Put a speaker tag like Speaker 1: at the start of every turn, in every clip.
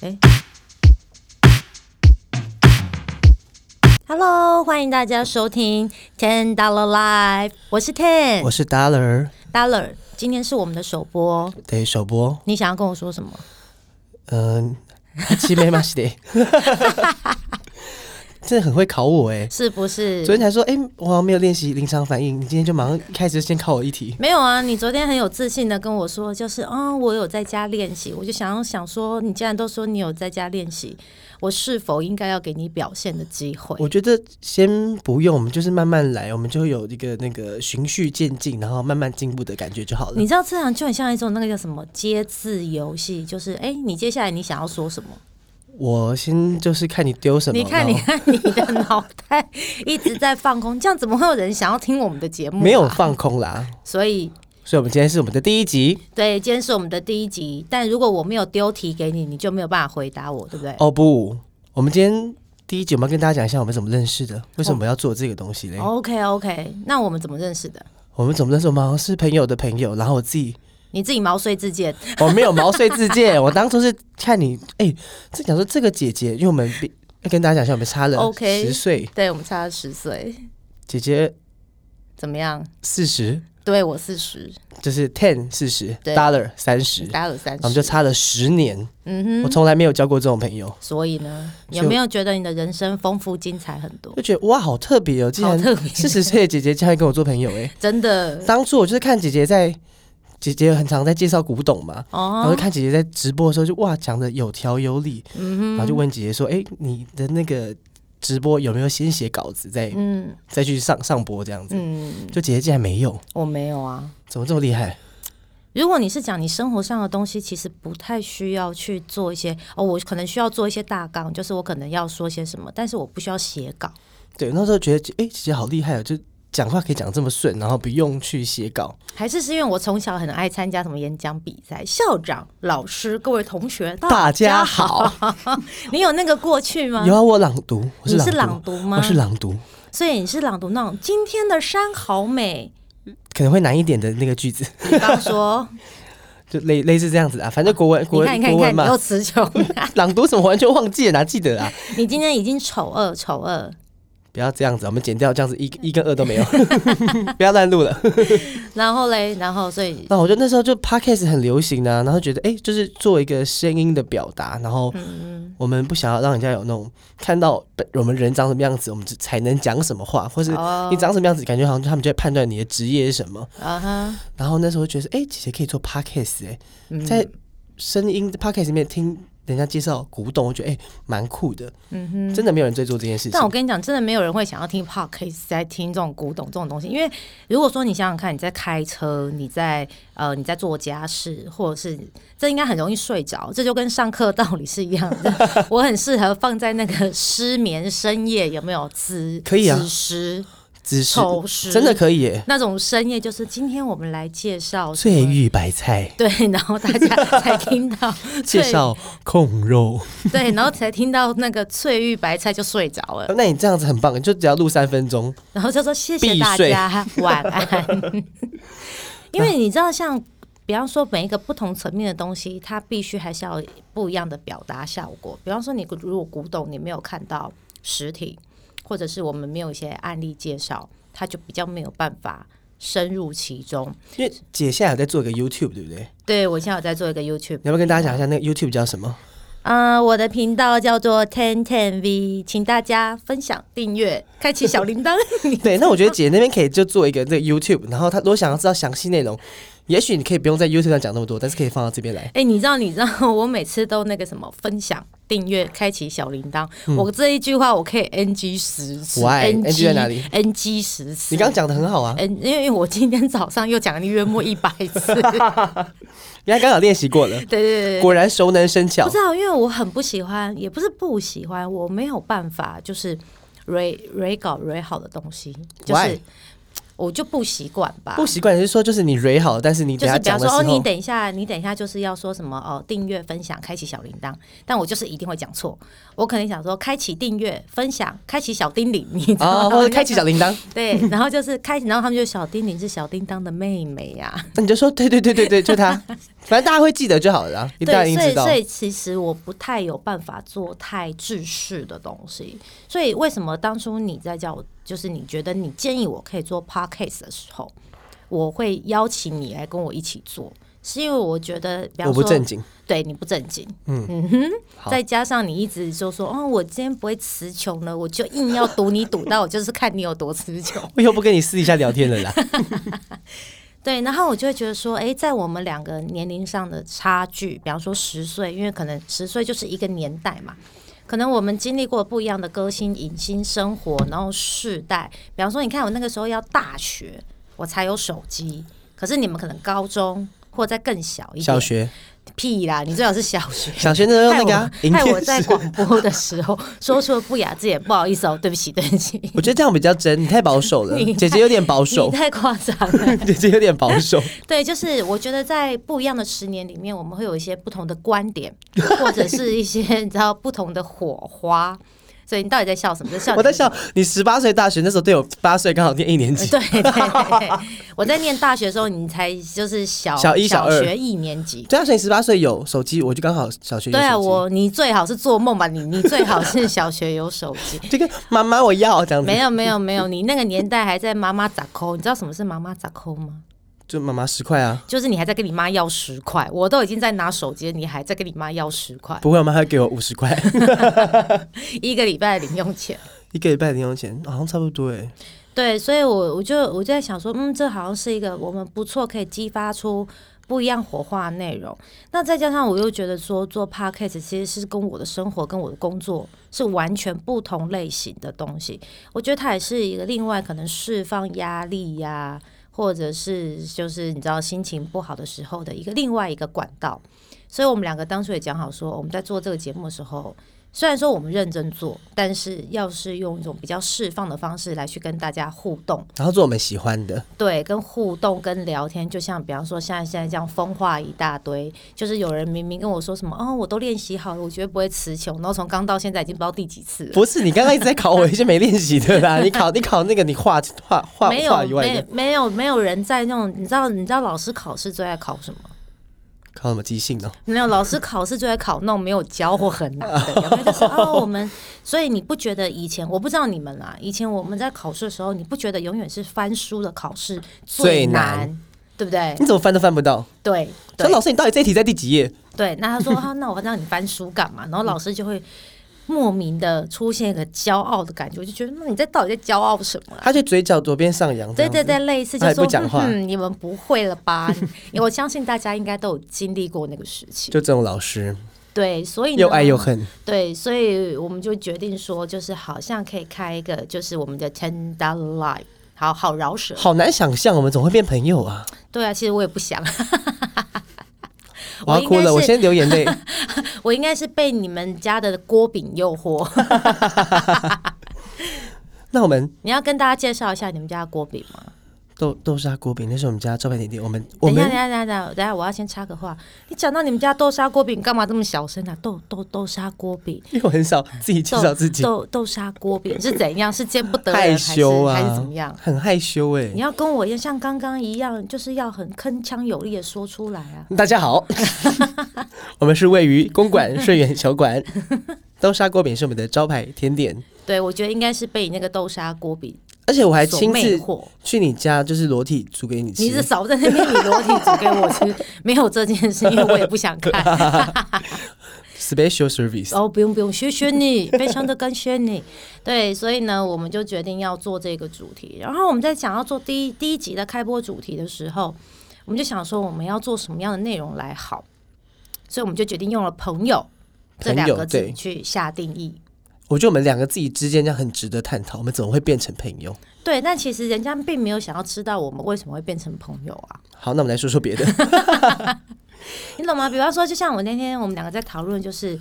Speaker 1: 哎，Hello，欢迎大家收听 Ten Dollar Live，我是
Speaker 2: 我
Speaker 1: Ten
Speaker 2: 是 Dollar，
Speaker 1: Dollar，今天是我们的首播，
Speaker 2: 对首播，
Speaker 1: 你想要跟我说什么？
Speaker 2: 嗯、呃，七妹嘛是的，真的很会考我哎、
Speaker 1: 是不是
Speaker 2: 昨？天才说，哎、我好像没有练习临场反应，你今天就马上开始先考我一题。
Speaker 1: 没有啊，你昨天很有自信的跟我说，就是啊、我有在家练习，我就想要想说，你既然都说你有在家练习，我是否应该要给你表现的机会？
Speaker 2: 我觉得先不用，我们就是慢慢来，我们就会有一个那个循序渐进，然后慢慢进步的感觉就好了
Speaker 1: 你。知道这样就很像一种那个叫什么接字游戏，就是哎、你接下来你想要说什么？
Speaker 2: 我先就是看你丢什么，
Speaker 1: 你看，你
Speaker 2: 然后
Speaker 1: 看，你的脑袋一直在放空，这样怎么会有人想要听我们的节目、啊
Speaker 2: 没有，放空啦。
Speaker 1: 所以
Speaker 2: 所以，我们今天是我们的第一集
Speaker 1: 对，今天是我们的第一集。但如果我没有丢题给你，你就没有办法回答我，对不对？
Speaker 2: 哦不，我们今天第一集，我们要跟大家讲一下我们怎么认识的，为什
Speaker 1: 哦
Speaker 2: 么要做这个东西嘞？
Speaker 1: OK OK，那我们怎么认识的？
Speaker 2: 我们怎么认识？我们好像是朋友的朋友，然后我自己
Speaker 1: 你自己毛遂自荐，
Speaker 2: 我没有毛遂自 荐，我当初是看你，哎、这讲说这个姐姐，因为我们比要跟大家讲一下，我们差了
Speaker 1: OK
Speaker 2: 十岁，
Speaker 1: 对我们差了十岁，
Speaker 2: 姐姐
Speaker 1: 怎么样？
Speaker 2: 四十，
Speaker 1: 对我四十，
Speaker 2: 就是 ten 四十
Speaker 1: 对
Speaker 2: ，dollar 三十
Speaker 1: 你，搭了三
Speaker 2: 我们就
Speaker 1: 十，
Speaker 2: 差了十年，
Speaker 1: 嗯
Speaker 2: 我
Speaker 1: 哼。
Speaker 2: 从来没有交过这种朋友，
Speaker 1: 所以呢，
Speaker 2: 所以
Speaker 1: 有没有觉得你的人生丰富精彩很多？
Speaker 2: 就觉得哇，好特别哦，竟
Speaker 1: 好
Speaker 2: 然
Speaker 1: 特别，
Speaker 2: 四十岁的姐姐竟然跟我做朋友、哎，
Speaker 1: 真的
Speaker 2: 当初我就是看姐姐在，姐姐很常在介绍古董嘛。然
Speaker 1: 哦
Speaker 2: 后就。看姐姐在直播的时候就，哇讲的有条有理，
Speaker 1: 嗯
Speaker 2: 然后就问姐姐说：“哎、你的那个直播有没有先写稿子再
Speaker 1: 嗯
Speaker 2: 再去上上播这样子？”
Speaker 1: 嗯，
Speaker 2: 就姐姐竟然没有，
Speaker 1: 我没有啊。
Speaker 2: 怎么这么厉害？
Speaker 1: 如果你是讲你生活上的东西，其实不太需要去做一些哦，我可能需要做一些大纲，就是我可能要说些什么，但是我不需要写稿。
Speaker 2: 对，那时候觉得哎、姐姐好厉害哦，就讲话可以讲这么顺，然后不用去写稿。
Speaker 1: 还是是因为我从小很爱参加什么演讲比赛，校长、老师、各位同学，
Speaker 2: 大家
Speaker 1: 好。
Speaker 2: 好，
Speaker 1: 你有那个过去吗？
Speaker 2: 有啊，我朗读，我是
Speaker 1: 你
Speaker 2: 朗
Speaker 1: 是
Speaker 2: 读，
Speaker 1: 朗读吗？
Speaker 2: 我是朗读，
Speaker 1: 所以你是朗读那种今天的山好 美，
Speaker 2: 可能会难一点的那个句子，
Speaker 1: 比方说，
Speaker 2: 就类类似这样子啊，反正国文国
Speaker 1: 你看
Speaker 2: 文
Speaker 1: 哦你看
Speaker 2: 国
Speaker 1: 你看，
Speaker 2: 文
Speaker 1: 你
Speaker 2: 嘛
Speaker 1: 又，词穷，
Speaker 2: 朗读什么完全忘记了，哪记得啊？
Speaker 1: 你今天已经丑恶丑恶，
Speaker 2: 不要这样子，我们剪掉这样子一一跟二都没有， 不要乱录了。
Speaker 1: 然后嘞，然后所以
Speaker 2: 那我就那时候就 podcast 很流行啊，然后觉得哎、诶就是做一个声音的表达，然后
Speaker 1: 嗯
Speaker 2: 我们不想要让人家有那种看到本我们人长什么样子，我们只才能讲什么话，或是
Speaker 1: 哦
Speaker 2: 你长什么样子，感觉好像他们就在判断你的职业是什么。
Speaker 1: 啊哈，
Speaker 2: 然后那时候觉得哎、诶姐姐可以做 podcast 哎、
Speaker 1: 嗯
Speaker 2: 在声音的 podcast 里面听人家介绍古董，我觉得哎蛮、酷的，
Speaker 1: 嗯哼。
Speaker 2: 真的没有人在做这件事情
Speaker 1: 但我。跟你讲，真的没有人会想要听 podcast 在听这种古董这种东西，因为如果说你想想看，你在开车，你在呃你在做家事，或者是这应该很容易睡着，这就跟上课道理是一样 的。我很适合放在那个失眠深夜，有没有？子
Speaker 2: 可以啊
Speaker 1: 子时
Speaker 2: 只是
Speaker 1: 丑时
Speaker 2: 真的可以耶，
Speaker 1: 那种深夜，就是今天我们来介绍什么
Speaker 2: 翠玉白菜
Speaker 1: 对，然后大家才听到
Speaker 2: 介
Speaker 1: 翠
Speaker 2: 绍控肉。
Speaker 1: 对，然后才听到那个翠玉白菜就睡着了。
Speaker 2: 那你这样子很棒，你就只要录三分钟。
Speaker 1: 然后就说谢谢
Speaker 2: 避
Speaker 1: 大
Speaker 2: 税
Speaker 1: 家， 晚安。因为你知道，像比方说每一个不同层面的东西，它必须还是要有不一样的表达效果。比方说，你如果古董你没有看到实体，或者是我们没有一些案例介绍，它就比较没有办法深入其中。
Speaker 2: 因为姐现在有在做一个 YouTube，对不对？你
Speaker 1: 对我现在有在做一个 YouTube，
Speaker 2: 要不要跟大家讲一下那个 YouTube 叫什么？
Speaker 1: 呃，我的频道叫做 Ten Ten V，请大家分享、订阅、开启小铃铛。
Speaker 2: 对，那我觉得姐那边可以就做一个这个 YouTube，然后她如果想要知道详细内容，也许你可以不用在 YouTube 上讲那么多，但是可以放到这边来。
Speaker 1: 哎、你知道，你知道， 我每次都那个什么分享、订阅、开启小铃铛，
Speaker 2: 嗯
Speaker 1: 我这一句话我可以 NG 十次
Speaker 2: Why？
Speaker 1: NG
Speaker 2: NG 在哪里
Speaker 1: ？NG 十次。
Speaker 2: 你刚刚讲的很好啊，
Speaker 1: 嗯，因为我今天早上又讲了约莫一百次， 对
Speaker 2: 人家刚好练习过了，
Speaker 1: 对对对，
Speaker 2: 果然熟能生巧
Speaker 1: 不知。道，因为我很不喜欢，也不是不喜欢，我没有办法就是蕊蕊搞蕊好的东西，就是
Speaker 2: Why？
Speaker 1: 我就不习惯吧，
Speaker 2: 不习惯就是说，就是你蕊好，但是你
Speaker 1: 就
Speaker 2: 等下
Speaker 1: 是比
Speaker 2: 讲
Speaker 1: 方
Speaker 2: 的
Speaker 1: 说，
Speaker 2: 时
Speaker 1: 哦，你
Speaker 2: 候，
Speaker 1: 等一下，你等一下就是要说什么哦，订阅、分享、开启小铃铛，但我就是一定会讲错。我可能想说，开启订阅、分享、开启小叮铃，你知道
Speaker 2: 啊，
Speaker 1: 吗？
Speaker 2: 或者开启小
Speaker 1: 哦
Speaker 2: 铃铛，
Speaker 1: 对，然后就是开启，然后他们就小叮铃是小叮当的妹妹呀、啊
Speaker 2: 那你就说对对对对对，就她，反正大家会记得就好了啦，大家已
Speaker 1: 对，
Speaker 2: 经
Speaker 1: 所
Speaker 2: 知
Speaker 1: 以
Speaker 2: 道
Speaker 1: 所。以其实我不太有办法做太制式的东西，所以为什么当初你在叫我，就是你觉得你建议我可以做 podcast 的时候，我会邀请你来跟我一起做，是因为我觉得，比
Speaker 2: 我
Speaker 1: 方
Speaker 2: 不
Speaker 1: 说，
Speaker 2: 正经，
Speaker 1: 对你不正经，
Speaker 2: 嗯
Speaker 1: 嗯
Speaker 2: 好
Speaker 1: 再加上你一直就说，哦，我今天不会词穷了，我就硬要赌你赌到，我就是看你有多词 穷。
Speaker 2: 我以后不跟你私底下聊天了 啦。
Speaker 1: 对，然后我就会觉得说，诶，在我们两个年龄上的差距，比方说十岁，因为可能十岁就是一个年代嘛，可能我们经历过不一样的歌星、影星生活，然后世代。比方说，你看我那个时候要大学，我才有手机，可是你们可能高中或再更小一点，
Speaker 2: 小学，
Speaker 1: 屁啦，你最好是小学。
Speaker 2: 小学那时候
Speaker 1: 害
Speaker 2: 那
Speaker 1: 我
Speaker 2: 个啊银
Speaker 1: 害
Speaker 2: 天
Speaker 1: 我在
Speaker 2: 使
Speaker 1: 广播的时候说出了不雅字眼，不好意思哦，对不起，对不起，
Speaker 2: 我觉得这样比较真，你太保守了
Speaker 1: 你，
Speaker 2: 姐姐有点保
Speaker 1: 你
Speaker 2: 守，
Speaker 1: 太夸张了。
Speaker 2: 姐姐有点保守，
Speaker 1: 对，就是我觉得在不一样的十年里面，我们会有一些不同的观点，或者是一些你知道不同的火花。所以你到底在笑什么？就笑
Speaker 2: 我在
Speaker 1: 你
Speaker 2: 笑你十八岁大学那时候对我八岁刚好念一年
Speaker 1: 呃
Speaker 2: 级，
Speaker 1: 对对对，我在念大学的时候，你才就是小
Speaker 2: 小一小二
Speaker 1: 学一年级。
Speaker 2: 对啊，所以十八岁有手机，我就刚好小学有
Speaker 1: 对啊，
Speaker 2: 手机。
Speaker 1: 我你最好是做梦吧，你你最好是小学有手机。
Speaker 2: 这个妈妈我要 这样子
Speaker 1: 没，有没有没有，你那个年代还在妈妈咋抠？你知道什么是妈妈咋抠吗？
Speaker 2: 就妈妈十块啊，
Speaker 1: 就是你还在跟你妈要十块，我都已经在拿手机了，你还在跟你妈要十块，
Speaker 2: 不会，我妈还给我五十块，
Speaker 1: 一个礼拜的零用钱。
Speaker 2: 一个礼拜的零用钱好像差不多哎。
Speaker 1: 对，所以我我就我就在想说，嗯，这好像是一个我们不错可以激发出不一样火花的内容。那再加上我又觉得说，做 podcast 其实是跟我的生活跟我的工作是完全不同类型的东西。我觉得它也是一个另外可能释放压力呀、或者是就是你知道心情不好的时候的一个另外一个管道。所以我们两个当初也讲好说，我们在做这个节目的时候，虽然说我们认真做，但是要是用一种比较释放的方式来去跟大家互动，
Speaker 2: 然后做我们喜欢的，
Speaker 1: 对，跟互动跟聊天，就像比方说像现在这样风话一大堆，就是有人明明跟我说什么，哦，我都练习好了，我绝对不会词穷，然后从刚到现在已经不知道第几次了。
Speaker 2: 不是你刚刚一直在考我一些没练习的啦， 你考你考那个你画画画
Speaker 1: 没有
Speaker 2: 画以外
Speaker 1: 没
Speaker 2: 的，
Speaker 1: 没有没有人在那种你知道你知道老师考试最爱考什么？
Speaker 2: 考什么即兴哦？
Speaker 1: 没有，老师考试就在考那种没有教或很难的，然后 就是哦，我们，所以你不觉得以前我不知道你们啦，以前我们在考试的时候，你不觉得永远是翻书的考试
Speaker 2: 最
Speaker 1: 难，
Speaker 2: 难
Speaker 1: 对不对？
Speaker 2: 你怎么翻都翻不到。
Speaker 1: 对
Speaker 2: 说
Speaker 1: 对
Speaker 2: 老师，你到底这一题在第几页？
Speaker 1: 对，那他说 啊，那我让你翻书干嘛？然后老师就会莫名的出现一个骄傲的感觉，我就觉得那你在到底在骄傲什么啊、
Speaker 2: 他就嘴角左边上扬，这
Speaker 1: 对
Speaker 2: 样
Speaker 1: 对
Speaker 2: 子
Speaker 1: 对，类似就
Speaker 2: 他也
Speaker 1: 说
Speaker 2: 不讲话
Speaker 1: 嗯，你们不会了吧？因为 我相信大家应该都有经历过那个时期，
Speaker 2: 就这种老师
Speaker 1: 对，所以呢
Speaker 2: 又爱又恨。
Speaker 1: 对，所以我们就决定说，就是好像可以开一个，就是我们的 Ten Dollar Live，好好饶舌。
Speaker 2: 好难想象，我们怎么会变朋友啊？
Speaker 1: 对啊，其实我也不想，
Speaker 2: 我要
Speaker 1: 应
Speaker 2: 哭
Speaker 1: 该
Speaker 2: 了，我
Speaker 1: 是
Speaker 2: 先流眼泪。
Speaker 1: 我应该是被你们家的锅饼诱惑。
Speaker 2: 那我们
Speaker 1: 你要跟大家介绍一下你们家的锅饼吗？
Speaker 2: 豆豆沙锅饼，那是我们家招牌甜点。我们我
Speaker 1: 等一下，等一
Speaker 2: 们
Speaker 1: 下，等一下，等一下，等一下，我要先插个话。你讲到你们家豆沙锅饼，干嘛这么小声啊？豆豆豆沙锅 饼，
Speaker 2: 因为我很少自己介
Speaker 1: 豆
Speaker 2: 绍自己，
Speaker 1: 豆豆沙锅饼是怎样？是见不得人
Speaker 2: 害羞
Speaker 1: 还是还
Speaker 2: 啊
Speaker 1: 是怎么样，？
Speaker 2: 很害羞哎
Speaker 1: 你。要跟我一样，像刚刚一样，就是要很铿锵有力的说出来啊！
Speaker 2: 大 家好，我们是位于公馆顺远小馆，豆沙锅饼是我们的招牌甜点。
Speaker 1: 对，我觉得应该是被你那个豆沙锅饼
Speaker 2: 而且我还
Speaker 1: 所
Speaker 2: 亲
Speaker 1: 魅
Speaker 2: 自
Speaker 1: 惑。
Speaker 2: 去你家，就是裸体煮给你
Speaker 1: 你是
Speaker 2: 吃。
Speaker 1: 少在那边你裸体煮给我吃，没有这件事，因为我也不想看。
Speaker 2: Special service，
Speaker 1: 哦，不用不用，谢谢你，非常的感谢你。对，所以呢，我们就决定要做这个主题。然后我们在想要做第一第一集的开播主题的时候，我们就想说我们要做什么样的内容来好，所以我们就决定用了“朋友”这
Speaker 2: 朋
Speaker 1: 两
Speaker 2: 友
Speaker 1: 个字
Speaker 2: 对
Speaker 1: 去下定义。
Speaker 2: 我觉得我们两个自己之间这样很值得探讨，我们怎么会变成朋友？
Speaker 1: 对，但其实人家并没有想要知道我们为什么会变成朋友啊。
Speaker 2: 好，那我们来说说 别的。
Speaker 1: 你懂吗？比方说，就像我那天我们两个在讨论，就是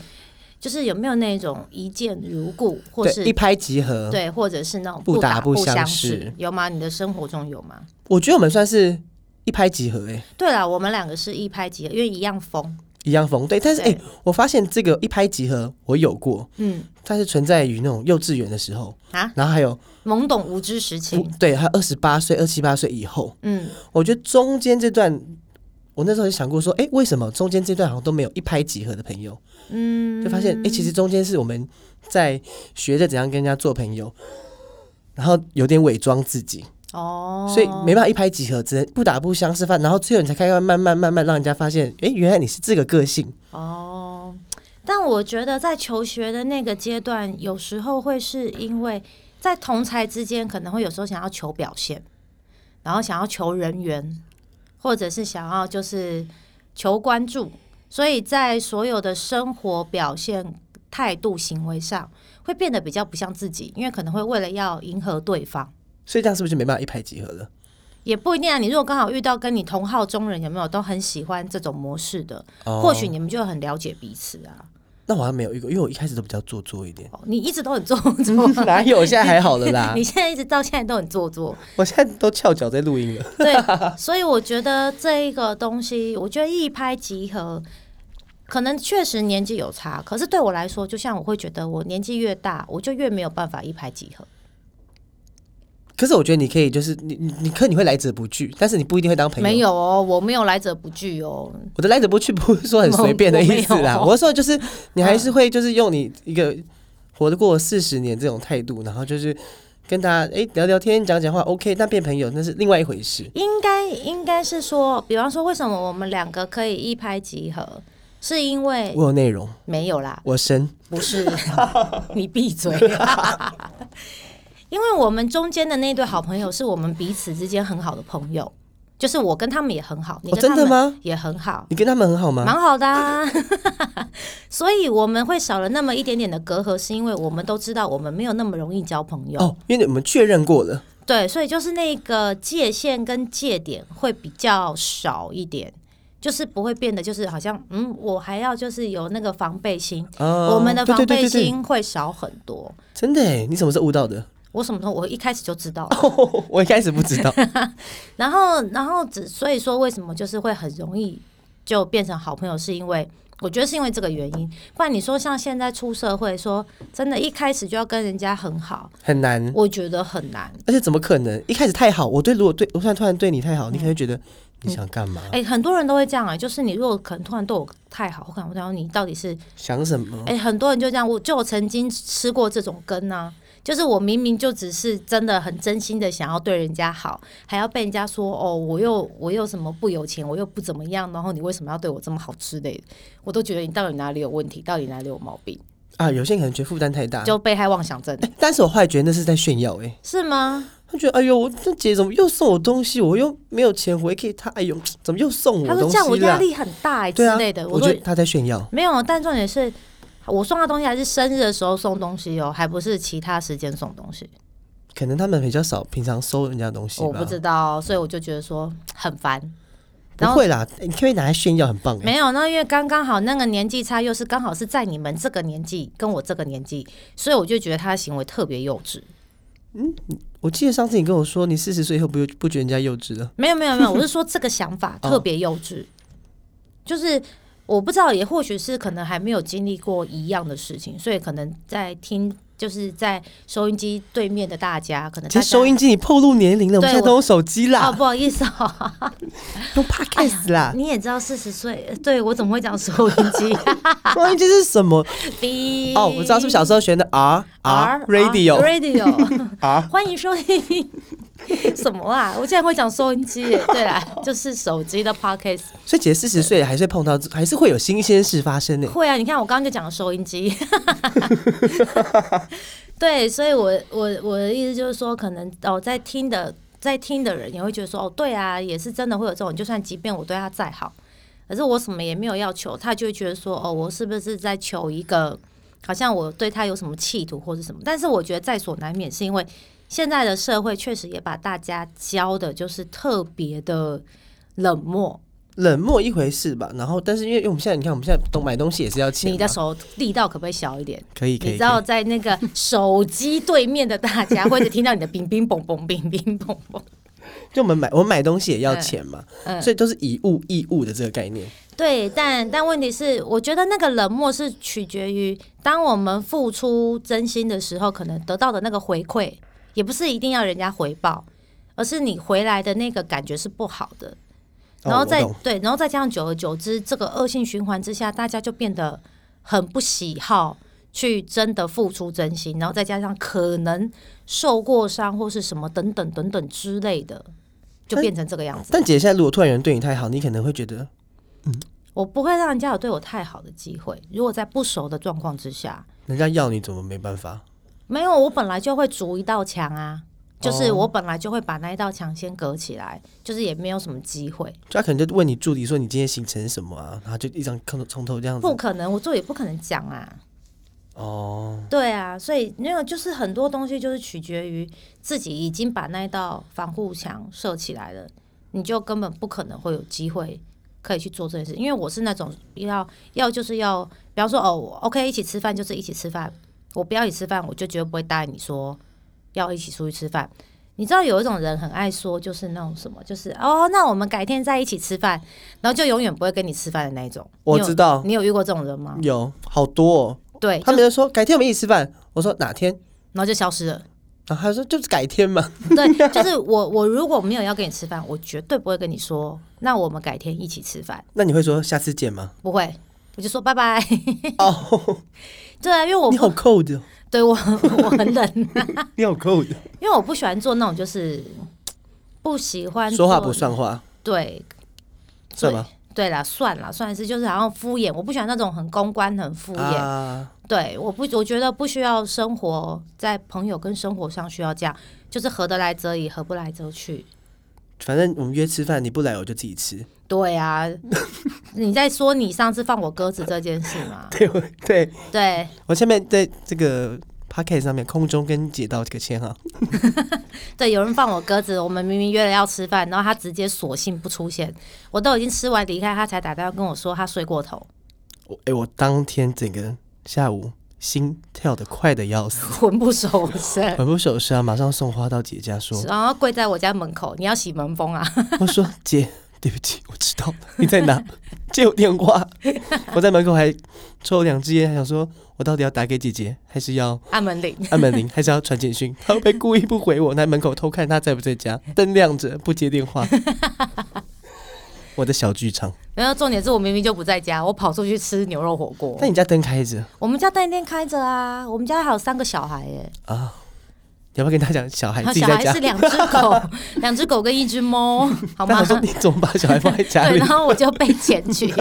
Speaker 1: 就是有没有那种一见如故，或
Speaker 2: 对，
Speaker 1: 是
Speaker 2: 一拍即合。，
Speaker 1: 对或者是那种
Speaker 2: 不打
Speaker 1: 打
Speaker 2: 不
Speaker 1: 不
Speaker 2: 相识
Speaker 1: 识，有吗？你的生活中有吗？
Speaker 2: 我觉得我们算是一拍即合、欸，哎，
Speaker 1: 对了，我们两个是一拍即合，因为一样疯。
Speaker 2: 一样疯。对，但是哎、
Speaker 1: 对
Speaker 2: 欸我发现这个一拍即合我有过，
Speaker 1: 嗯
Speaker 2: 但是存在于那种幼稚园的时候，
Speaker 1: 啊，
Speaker 2: 然后还有
Speaker 1: 懵懂无知时期
Speaker 2: 不。对，还有二十八岁、二七八岁以后，
Speaker 1: 嗯，
Speaker 2: 我觉得中间这段我那时候也想过说，哎、为什么中间这段好像都没有一拍即合的朋友？
Speaker 1: 嗯，
Speaker 2: 就发现，哎、其实中间是我们在学着怎样跟人家做朋友，然后有点伪装自己，
Speaker 1: 哦，
Speaker 2: 所以没办法一拍即合，只能不打不相识饭，然后最后你才开慢慢慢慢慢让人家发现，哎、原来你是这个个性。
Speaker 1: 哦，但我觉得在求学的那个阶段，有时候会是因为在同才之间，可能会有时候想要求表现，然后想要求人缘，或者是想要就是求关注，所以在所有的生活表现、态度、行为上，会变得比较不像自己，因为可能会为了要迎合对方。
Speaker 2: 所以这样是不是就没办法一拍即合了？
Speaker 1: 也不一定啊，你如果刚好遇到跟你同好中人，有没有都很喜欢这种模式的，
Speaker 2: 哦
Speaker 1: 或许你们就很了解彼此啊。
Speaker 2: 那我好像没有遇过，因为我一开始都比较做作 一点。
Speaker 1: 哦你一直都很做作，
Speaker 2: 哪 有？现在还好了啦
Speaker 1: 你，现在一直到现在都很做作，
Speaker 2: 我现在都翘脚在录音了。
Speaker 1: 对， 所以我觉得这一个东西，我觉得一拍即合，可能确实年纪有差，可是对我来说，就像我会觉得我年纪越大，我就越没有办法一拍即合。
Speaker 2: 可是我觉得你可以，就是你你你可你会来者不拒，但是你不一定会当朋友。
Speaker 1: 没有哦，我没有来者不拒哦，
Speaker 2: 我的来者不拒不是说很随便的意思啦，
Speaker 1: 我没有
Speaker 2: 我是说就是你还是会就是用你一个活得过四十年这种态度，然后就是跟大家哎、诶聊聊天讲讲话，OK，但变朋友那是另外一回事。
Speaker 1: 应该应该是说，比方说，为什么我们两个可以一拍即合，是因为
Speaker 2: 我有内容，
Speaker 1: 没有啦，
Speaker 2: 我深，
Speaker 1: 不是， 你闭嘴。因为我们中间的那对好朋友是我们彼此之间很好的朋友，就是我跟他们也很好，你
Speaker 2: 哦
Speaker 1: 跟他
Speaker 2: 真的
Speaker 1: 们
Speaker 2: 吗
Speaker 1: 也很好，
Speaker 2: 你跟他们很好吗？
Speaker 1: 蛮好的、啊。 所以我们会少了那么一点点的隔阂，是因为我们都知道我们没有那么容易交朋友，
Speaker 2: 哦，因为我们确认过了，
Speaker 1: 对，所以就是那个界限跟界点会比较少一点。就是不会变得，就是好像，嗯，我还要就是有那个防备心，
Speaker 2: 哦
Speaker 1: 我们的防
Speaker 2: 对对
Speaker 1: 备
Speaker 2: 对对对
Speaker 1: 心会少很多。
Speaker 2: 真的哎，你什么时候悟到的？
Speaker 1: 我什么时候我一开始就知道
Speaker 2: 哦
Speaker 1: 了，
Speaker 2: 我一开始不知 道，
Speaker 1: 然后然后只所以说为什么就是会很容易就变成好朋友，是因为我觉得是因为这个原因，不然你说像现在出社会说真的，一开始就要跟人家很好，
Speaker 2: 很难，
Speaker 1: 我觉得很难。
Speaker 2: 而且怎么可能？一开始太好，我对如果对我突然突然对你太好，你可能会觉
Speaker 1: 嗯
Speaker 2: 得你想干嘛？
Speaker 1: 哎、很多人都会这样啊、就是你如果可能突然对我太好，我可能会想你到底是
Speaker 2: 想什么？
Speaker 1: 哎、很多人就这样，我就我曾经吃过这种根啊，就是我明明就只是真的很真心的想要对人家好，还要被人家说哦，我又我又什么不有钱，我又不怎么样，然后你为什么要对我这么好之类的，我都觉得你到底哪里有问题，到底哪里有毛病，
Speaker 2: 啊，有些人可能觉得负担太大，
Speaker 1: 就被害妄想症，
Speaker 2: 啊哎但是我后来觉得那是在炫耀、哎，
Speaker 1: 是吗？
Speaker 2: 他觉得哎呦，我这姐怎么又送我东西？我又没有钱回给他，哎呦，怎么又送我
Speaker 1: 他说
Speaker 2: 东西
Speaker 1: 这
Speaker 2: 啦？
Speaker 1: 样我压力很大、欸、
Speaker 2: 对
Speaker 1: 之
Speaker 2: 啊
Speaker 1: 类的，
Speaker 2: 我
Speaker 1: 说
Speaker 2: 觉得他在炫耀。
Speaker 1: 没有，啊但重点是。我送他东西还是生日的时候送东西哦，还不是其他时间送东西，
Speaker 2: 可能他们比较少平常收人家东西吧，
Speaker 1: 我不知道，哦所以我就觉得说很烦。
Speaker 2: 不
Speaker 1: 然后
Speaker 2: 会啦，哎你可以拿来炫耀，很棒哎、
Speaker 1: 没有，那因为刚刚好那个年纪差，又是刚好是在你们这个年纪跟我这个年纪，所以我就觉得他的行为特别幼稚。
Speaker 2: 我记得上次你跟我说，你四十岁以后不不觉得人家幼稚了？
Speaker 1: 没有没有没 有，我是说这个想法
Speaker 2: 哦
Speaker 1: 特别幼稚，就是我不知道，也或许是可能还没有经历过一样的事情，所以可能在听，就是在收音机对面的大家，可能
Speaker 2: 其
Speaker 1: 大
Speaker 2: 实
Speaker 1: 家
Speaker 2: 收音机你透露年龄了，我
Speaker 1: 对
Speaker 2: 们现在都用手机
Speaker 1: 哦，
Speaker 2: 啦，
Speaker 1: 不好意思
Speaker 2: 啊
Speaker 1: 哦，
Speaker 2: 用 podcast 啦。
Speaker 1: 你也知道四十岁，呃对我怎么会讲收音机？
Speaker 2: 收音机是什么？
Speaker 1: 哔
Speaker 2: 哦，我知道，是不是小时候学的 R
Speaker 1: R 啊
Speaker 2: R 啊 radio
Speaker 1: radio。
Speaker 2: R？
Speaker 1: 欢迎收听 什么啊？我竟然会讲收音机耶！对啦，就是手机的 podcast
Speaker 2: 所以姐四十岁还是会碰到，还是会有新鲜事发生呢、
Speaker 1: 会啊。你看我刚刚就讲了收音机， 对，所以我我我的意思就是说，可能哦，在听的在听的人也会觉得说，哦，对啊，也是真的会有这种，就算即便我对他再好，可是我什么也没有要求，他就会觉得说，哦，我是不是在求一个好像我对他有什么企图或是什么？但是我觉得在所难免，是因为现在的社会确实也把大家教的就是特别的冷漠。
Speaker 2: 冷漠一回事吧，然后但是因为因为我们现在你看我们现在都买东西也是要钱嘛，
Speaker 1: 你的手力道可不可以小一点？
Speaker 2: 可以可以，
Speaker 1: 你知道
Speaker 2: 可以
Speaker 1: 在那 个手机对面的大家，或者听到你的冰冰嘣嘣冰冰嘣嘣，
Speaker 2: 就我们买我们买东西也要钱嘛，
Speaker 1: 嗯，
Speaker 2: 所以都是以物易物的这个概念。
Speaker 1: 对，但但问题是，我觉得那个冷漠是取决于当我们付出真心的时候，可能得到的那个回馈，也不是一定要人家回报，而是你回来的那个感觉是不好的。然后
Speaker 2: 哦我
Speaker 1: 再、
Speaker 2: 懂
Speaker 1: 对，然后再加上久而久之，这个恶性循环之下，大家就变得很不喜好去真的付出真心，然后再加上可能受过伤或是什么等等等等之类的，就
Speaker 2: 但
Speaker 1: 变成这个样子。
Speaker 2: 但姐现在如果突然有人对你太好，你可能会觉得
Speaker 1: 我不会让人家有对我太好的机会。如果在不熟的状况之下，
Speaker 2: 人家要你怎么没办法？
Speaker 1: 没有，我本来就会筑一道墙啊，就是
Speaker 2: 哦
Speaker 1: 我本来就会把那一道墙先隔起来，就是也没有什么机会。
Speaker 2: 就他可能就问你助理说你今天行程什么啊，然后就一张从从头这样
Speaker 1: 不
Speaker 2: 子。
Speaker 1: 可能，我做也不可能讲啊。
Speaker 2: 哦，
Speaker 1: 对啊，所以没有，就是很多东西就是取决于自己已经把那一道防护墙设起来了，你就根本不可能会有机会可以去做这件事。因为我是那种要要就是要，比方说哦我，OK，一起吃饭就是一起吃饭，我不要一起吃饭，我就绝对不会答应你说要一起出去吃饭。你知道有一种人很爱说，就是那种什么，就是哦，那我们改天再一起吃饭，然后就永远不会跟你吃饭的那一种。
Speaker 2: 我
Speaker 1: 你有
Speaker 2: 知道
Speaker 1: 你有遇过这种人吗？
Speaker 2: 有好多、哦，
Speaker 1: 对，
Speaker 2: 他
Speaker 1: 就
Speaker 2: 们就说改天我们一起吃饭，我说哪天？
Speaker 1: 然后就消失了。
Speaker 2: 然后他说就是改天嘛，
Speaker 1: 对，就是我我如果没有要跟你吃饭，我绝对不会跟你说，那我们改天一起吃饭，
Speaker 2: 那你会说下次见吗？
Speaker 1: 不会，我就说拜拜。
Speaker 2: 哦，
Speaker 1: 对啊，因为我
Speaker 2: 你好
Speaker 1: 不
Speaker 2: cold，哦
Speaker 1: 对我我很冷，
Speaker 2: 你好 cold，哦
Speaker 1: 因为我不喜欢做那种就是不喜欢
Speaker 2: 说话
Speaker 1: 做
Speaker 2: 不算话，
Speaker 1: 对
Speaker 2: 算吗？
Speaker 1: 对啦，算啦，算是就是好像敷衍，我不喜欢那种很公关很敷衍。
Speaker 2: 啊，
Speaker 1: 对，我不我觉得不需要生活在朋友跟生活上需要这样，就是合得来则已，合不来则去。
Speaker 2: 反正我们约吃饭，你不来我就自己吃。
Speaker 1: 对 啊，你在说你上次放我鸽子这件事吗？
Speaker 2: 对，我对
Speaker 1: 对，
Speaker 2: 我下面在这个 p o c k e t 上面空中跟姐道这个签哈，
Speaker 1: 对，有人放我鸽子，我们明明约了要吃饭，然后他直接索性不出现，我都已经吃完离开，他才打电话跟我说他睡过头，
Speaker 2: 我哎、我当天整个下午心跳的快的要死，
Speaker 1: 魂不守舍。
Speaker 2: 魂不守舍啊，马上送花到姐家说，
Speaker 1: 然后跪在我家门口，你要洗门风啊！
Speaker 2: 我说姐，对不起，我知道了，你在哪？ 借我电话。我在门口还抽两支烟，还想说我到底要打给姐姐，还是要
Speaker 1: 按门铃，
Speaker 2: 按门铃，还是要传简讯？她会不会故意不回我？在门口偷看她在不在家，灯亮着不接电 话。我的小剧场，
Speaker 1: 然后重点是我明明就不在家，我跑出去吃牛肉火锅
Speaker 2: 那。你家灯开着
Speaker 1: 我们家蛋店开着啊，我们家还有三个小孩耶，
Speaker 2: 啊？你要不要跟他讲小孩
Speaker 1: 然后
Speaker 2: 自己
Speaker 1: 啊小
Speaker 2: 在
Speaker 1: 孩
Speaker 2: 家
Speaker 1: 是？两只狗， 两只狗跟一只猫，好
Speaker 2: 但
Speaker 1: 吗
Speaker 2: 我？说你怎么把小孩放在家
Speaker 1: 对，
Speaker 2: 里
Speaker 1: 然？后我就被检 举。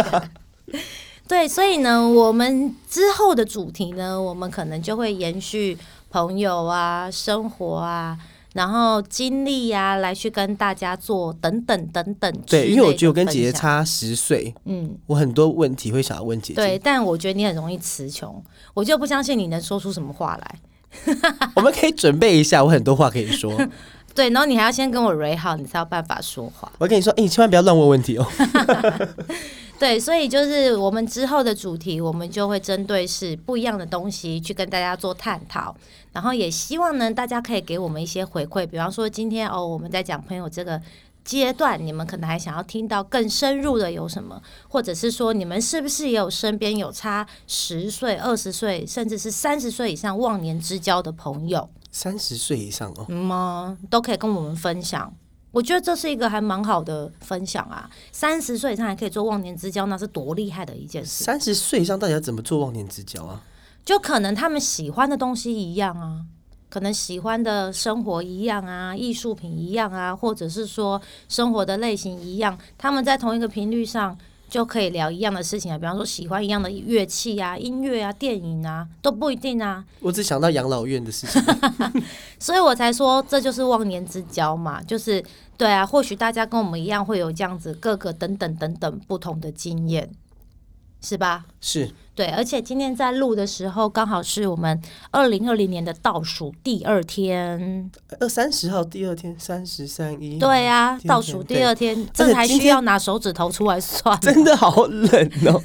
Speaker 1: 对，所以呢，我们之后的主题呢，我们可能就会延续朋友啊、生活啊，然后经历呀、啊，来去跟大家做等等等等之类的分享。
Speaker 2: 对，因为我觉得我跟姐姐差十岁，
Speaker 1: 嗯，
Speaker 2: 我很多问题会想要问姐姐。
Speaker 1: 对，但我觉得你很容易词穷，我就不相信你能说出什么话来。
Speaker 2: 我们可以准备一下，我很多话可以 说。
Speaker 1: 对，然后你还要先跟我 r 好，你才有办法说话。
Speaker 2: 我跟你说，哎、你千万不要乱问问题哦。
Speaker 1: 对，所以就是我们之后的主题，我们就会针对是不一样的东西去跟大家做探讨，然后也希望呢，大家可以给我们一些回馈，比方说今天哦，我们在讲朋友这个。阶段，你们可能还想要听到更深入的有什么，或者是说你们是不是也有身边有差十岁、二十岁，甚至是三十岁以上忘年之交的朋友？
Speaker 2: 三十岁以上哦，
Speaker 1: 嗯吗？都可以跟我们分享。我觉得这是一个还蛮好的分享啊！三十岁以上还可以做忘年之交，那是多厉害的一件事。
Speaker 2: 三十岁以上到底要怎么做忘年之交啊？
Speaker 1: 就可能他们喜欢的东西一样啊，可能喜欢的生活一样啊，艺术品一样啊，或者是说生活的类型一样，他们在同一个频率上就可以聊一样的事情啊。比方说喜欢一样的乐器啊、音乐啊、电影啊，都不一定啊。
Speaker 2: 我只想到养老院的事情，
Speaker 1: 所以我才说这就是忘年之交嘛，就是对啊，或许大家跟我们一样会有这样子各个等等等等不同的经验，是吧？
Speaker 2: 是
Speaker 1: 对，而且今天在录的时候，刚好是我们二零二零年的倒数第二天，
Speaker 2: 二三十号第二天，三十三一，
Speaker 1: 对啊，
Speaker 2: 天
Speaker 1: 倒数第二天，这
Speaker 2: 而
Speaker 1: 还
Speaker 2: 且今
Speaker 1: 需要拿手指头出来算。
Speaker 2: 真的好冷哦。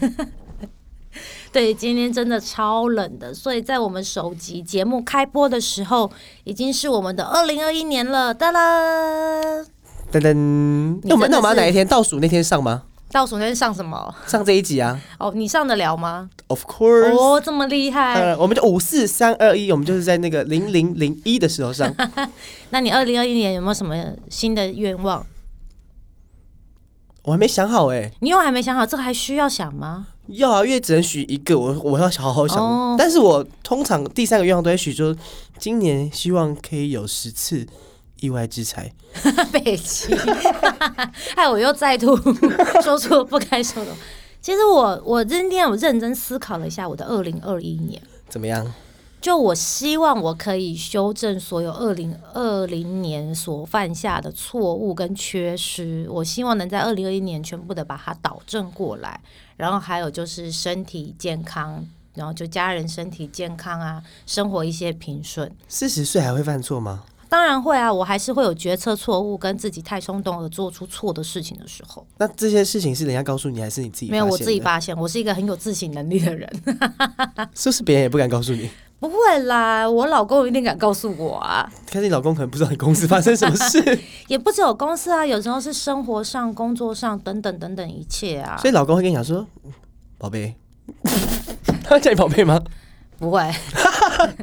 Speaker 1: 对，今天真的超冷的，所以在我们首集节目开播的时候，已经是我们的二零二一年了，哒啦！
Speaker 2: 噔噔，那我们那我们要哪一天倒数那天上吗？
Speaker 1: 倒数那天上什么？
Speaker 2: 上这一集啊
Speaker 1: 哦，你上得了吗？
Speaker 2: ，Of course。
Speaker 1: 哦，这么厉害！
Speaker 2: 呃，我们就五四三二一，我们就是在那个零零零一的时 候上。
Speaker 1: 那你二零二一年有没有什么新的愿望？
Speaker 2: 我还没想好哎、
Speaker 1: 你又还没想好，这个还需要想吗？
Speaker 2: 要啊，因为只能许一个，我我要好好想。
Speaker 1: 哦
Speaker 2: 但是我通常第三个愿望都会许说，今年希望可以有十次意外之财。
Speaker 1: 北齐， 害我又再度 说出了不该说的话。其实我我今天我认真思考了一下我的二零二一年，
Speaker 2: 怎么样？
Speaker 1: 就我希望我可以修正所有二零二零年所犯下的错误跟缺失，我希望能在二零二一年全部的把它导正过来。然后还有就是身体健康，然后就家人身体健康啊，生活一些平顺。
Speaker 2: 四十岁还会犯错吗？
Speaker 1: 当然会啊，我还是会有决策错误，跟自己太冲动而做出错的事情的时候，
Speaker 2: 那这些事情是人家告诉你，还是你自己
Speaker 1: 没有
Speaker 2: 发
Speaker 1: 我
Speaker 2: 现
Speaker 1: 自己
Speaker 2: 的，
Speaker 1: 发现，我是一个很有自省能力的人。
Speaker 2: 是不是别人也不敢告诉你？
Speaker 1: 不会啦，我老公一定敢告诉我啊，
Speaker 2: 可是你老公可能不知道你公司发生什么 事，
Speaker 1: 也不只有公司啊，有时候是生活上、工作上等等等等一切啊
Speaker 2: 所，以老公会跟你讲说：“嗯宝贝。” 他会叫你宝贝吗？
Speaker 1: 不会。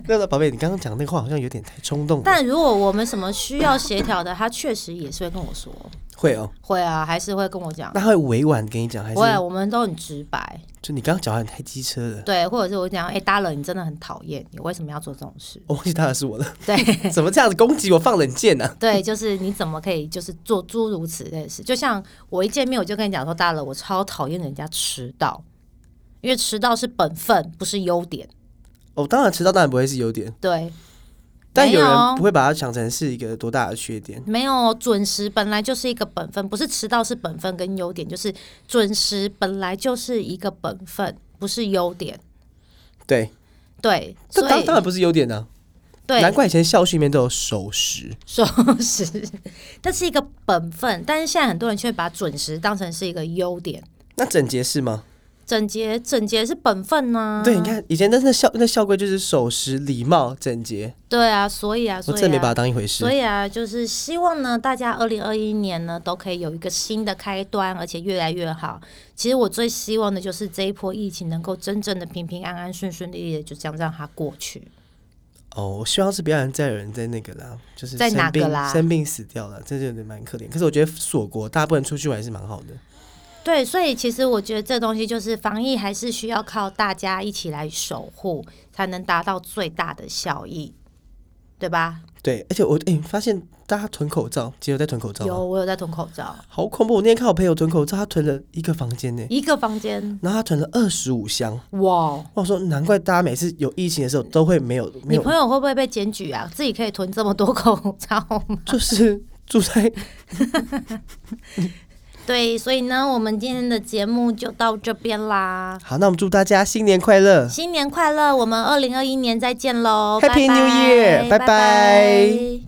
Speaker 2: 那个宝贝，你刚刚讲那话好像有点太冲动了。
Speaker 1: 但如果我们什么需要协调的，他确实也是会跟我说，
Speaker 2: 会哦，
Speaker 1: 会啊，还是会跟我讲
Speaker 2: 那。他会委婉跟你讲，还是
Speaker 1: 不会，我们都很直白，
Speaker 2: 就你刚刚讲话很太机车了？
Speaker 1: 对，或者是我讲，哎、大冷你真的很讨厌，你为什么要做这种 事？
Speaker 2: 哦我忘记他的是我的。
Speaker 1: 对，
Speaker 2: 怎么这样子攻击我放冷箭啊呢、
Speaker 1: 对，就是你怎么可以就是做诸如此类的事？就像我一见面我就跟你讲说，大了，我超讨厌人家迟到，因为迟到是本分，不是优点。
Speaker 2: 哦，当然迟到当然不会是优点，
Speaker 1: 对，
Speaker 2: 但
Speaker 1: 没有
Speaker 2: 有人不会把它想成是一个多大的缺点。
Speaker 1: 没有准时本来就是一个本分，不是迟到是本分跟优点，就是准时本来就是一个本分，不是优点。
Speaker 2: 对，
Speaker 1: 对，
Speaker 2: 这
Speaker 1: 所
Speaker 2: 当
Speaker 1: 以
Speaker 2: 当然不是优点呢、
Speaker 1: 对
Speaker 2: 难怪以前校训里面都有守时。
Speaker 1: 守时，这是一个本分，但是现在很多人却把准时当成是一个优点。
Speaker 2: 那整洁是吗？
Speaker 1: 整洁，整洁是本分呐、
Speaker 2: 对，你看以前那那校那校规就是守时、礼貌、整洁，
Speaker 1: 对啊，所以啊，
Speaker 2: 我
Speaker 1: 所以、啊、
Speaker 2: 真的没哦把它当一回事
Speaker 1: 所。以啊，就是希望呢，大家二零二一年呢都可以有一个新的开端，而且越来越好。其实我最希望的就是这一波疫情能够真正的平平安安、顺顺利利的，就这样让它过去。
Speaker 2: 哦，我希望是不要有人再有人在那个啦，就是
Speaker 1: 在哪
Speaker 2: 生
Speaker 1: 个
Speaker 2: 病
Speaker 1: 啦
Speaker 2: 生病死掉了，这就有点蛮可怜。可是我觉得锁国大部分出去玩是蛮好的。
Speaker 1: 对，所以其实我觉得这东西就是防疫，还是需要靠大家一起来守护，才能达到最大的效益，对吧？
Speaker 2: 对，而且我哎、发现大家囤口罩，只有在囤口罩吗，
Speaker 1: 有，我有在囤口罩，
Speaker 2: 好恐怖！我那天看我朋友囤口罩，他囤了一个房间呢，
Speaker 1: 一个房间，
Speaker 2: 然后他囤了二十五箱。
Speaker 1: 哇！
Speaker 2: 我说难怪大家每次有疫情的时候都会没有没
Speaker 1: 你
Speaker 2: 有
Speaker 1: 朋，友会不会被检举啊？自己可以囤这么多口罩吗？
Speaker 2: 就是住在。
Speaker 1: 对，所以呢，我们今天的节目就到这边啦
Speaker 2: 好。那我们祝大家新年快乐！
Speaker 1: 新年快乐！我们二零二一年再见喽
Speaker 2: Happy
Speaker 1: 拜拜
Speaker 2: New Year，拜拜
Speaker 1: 拜拜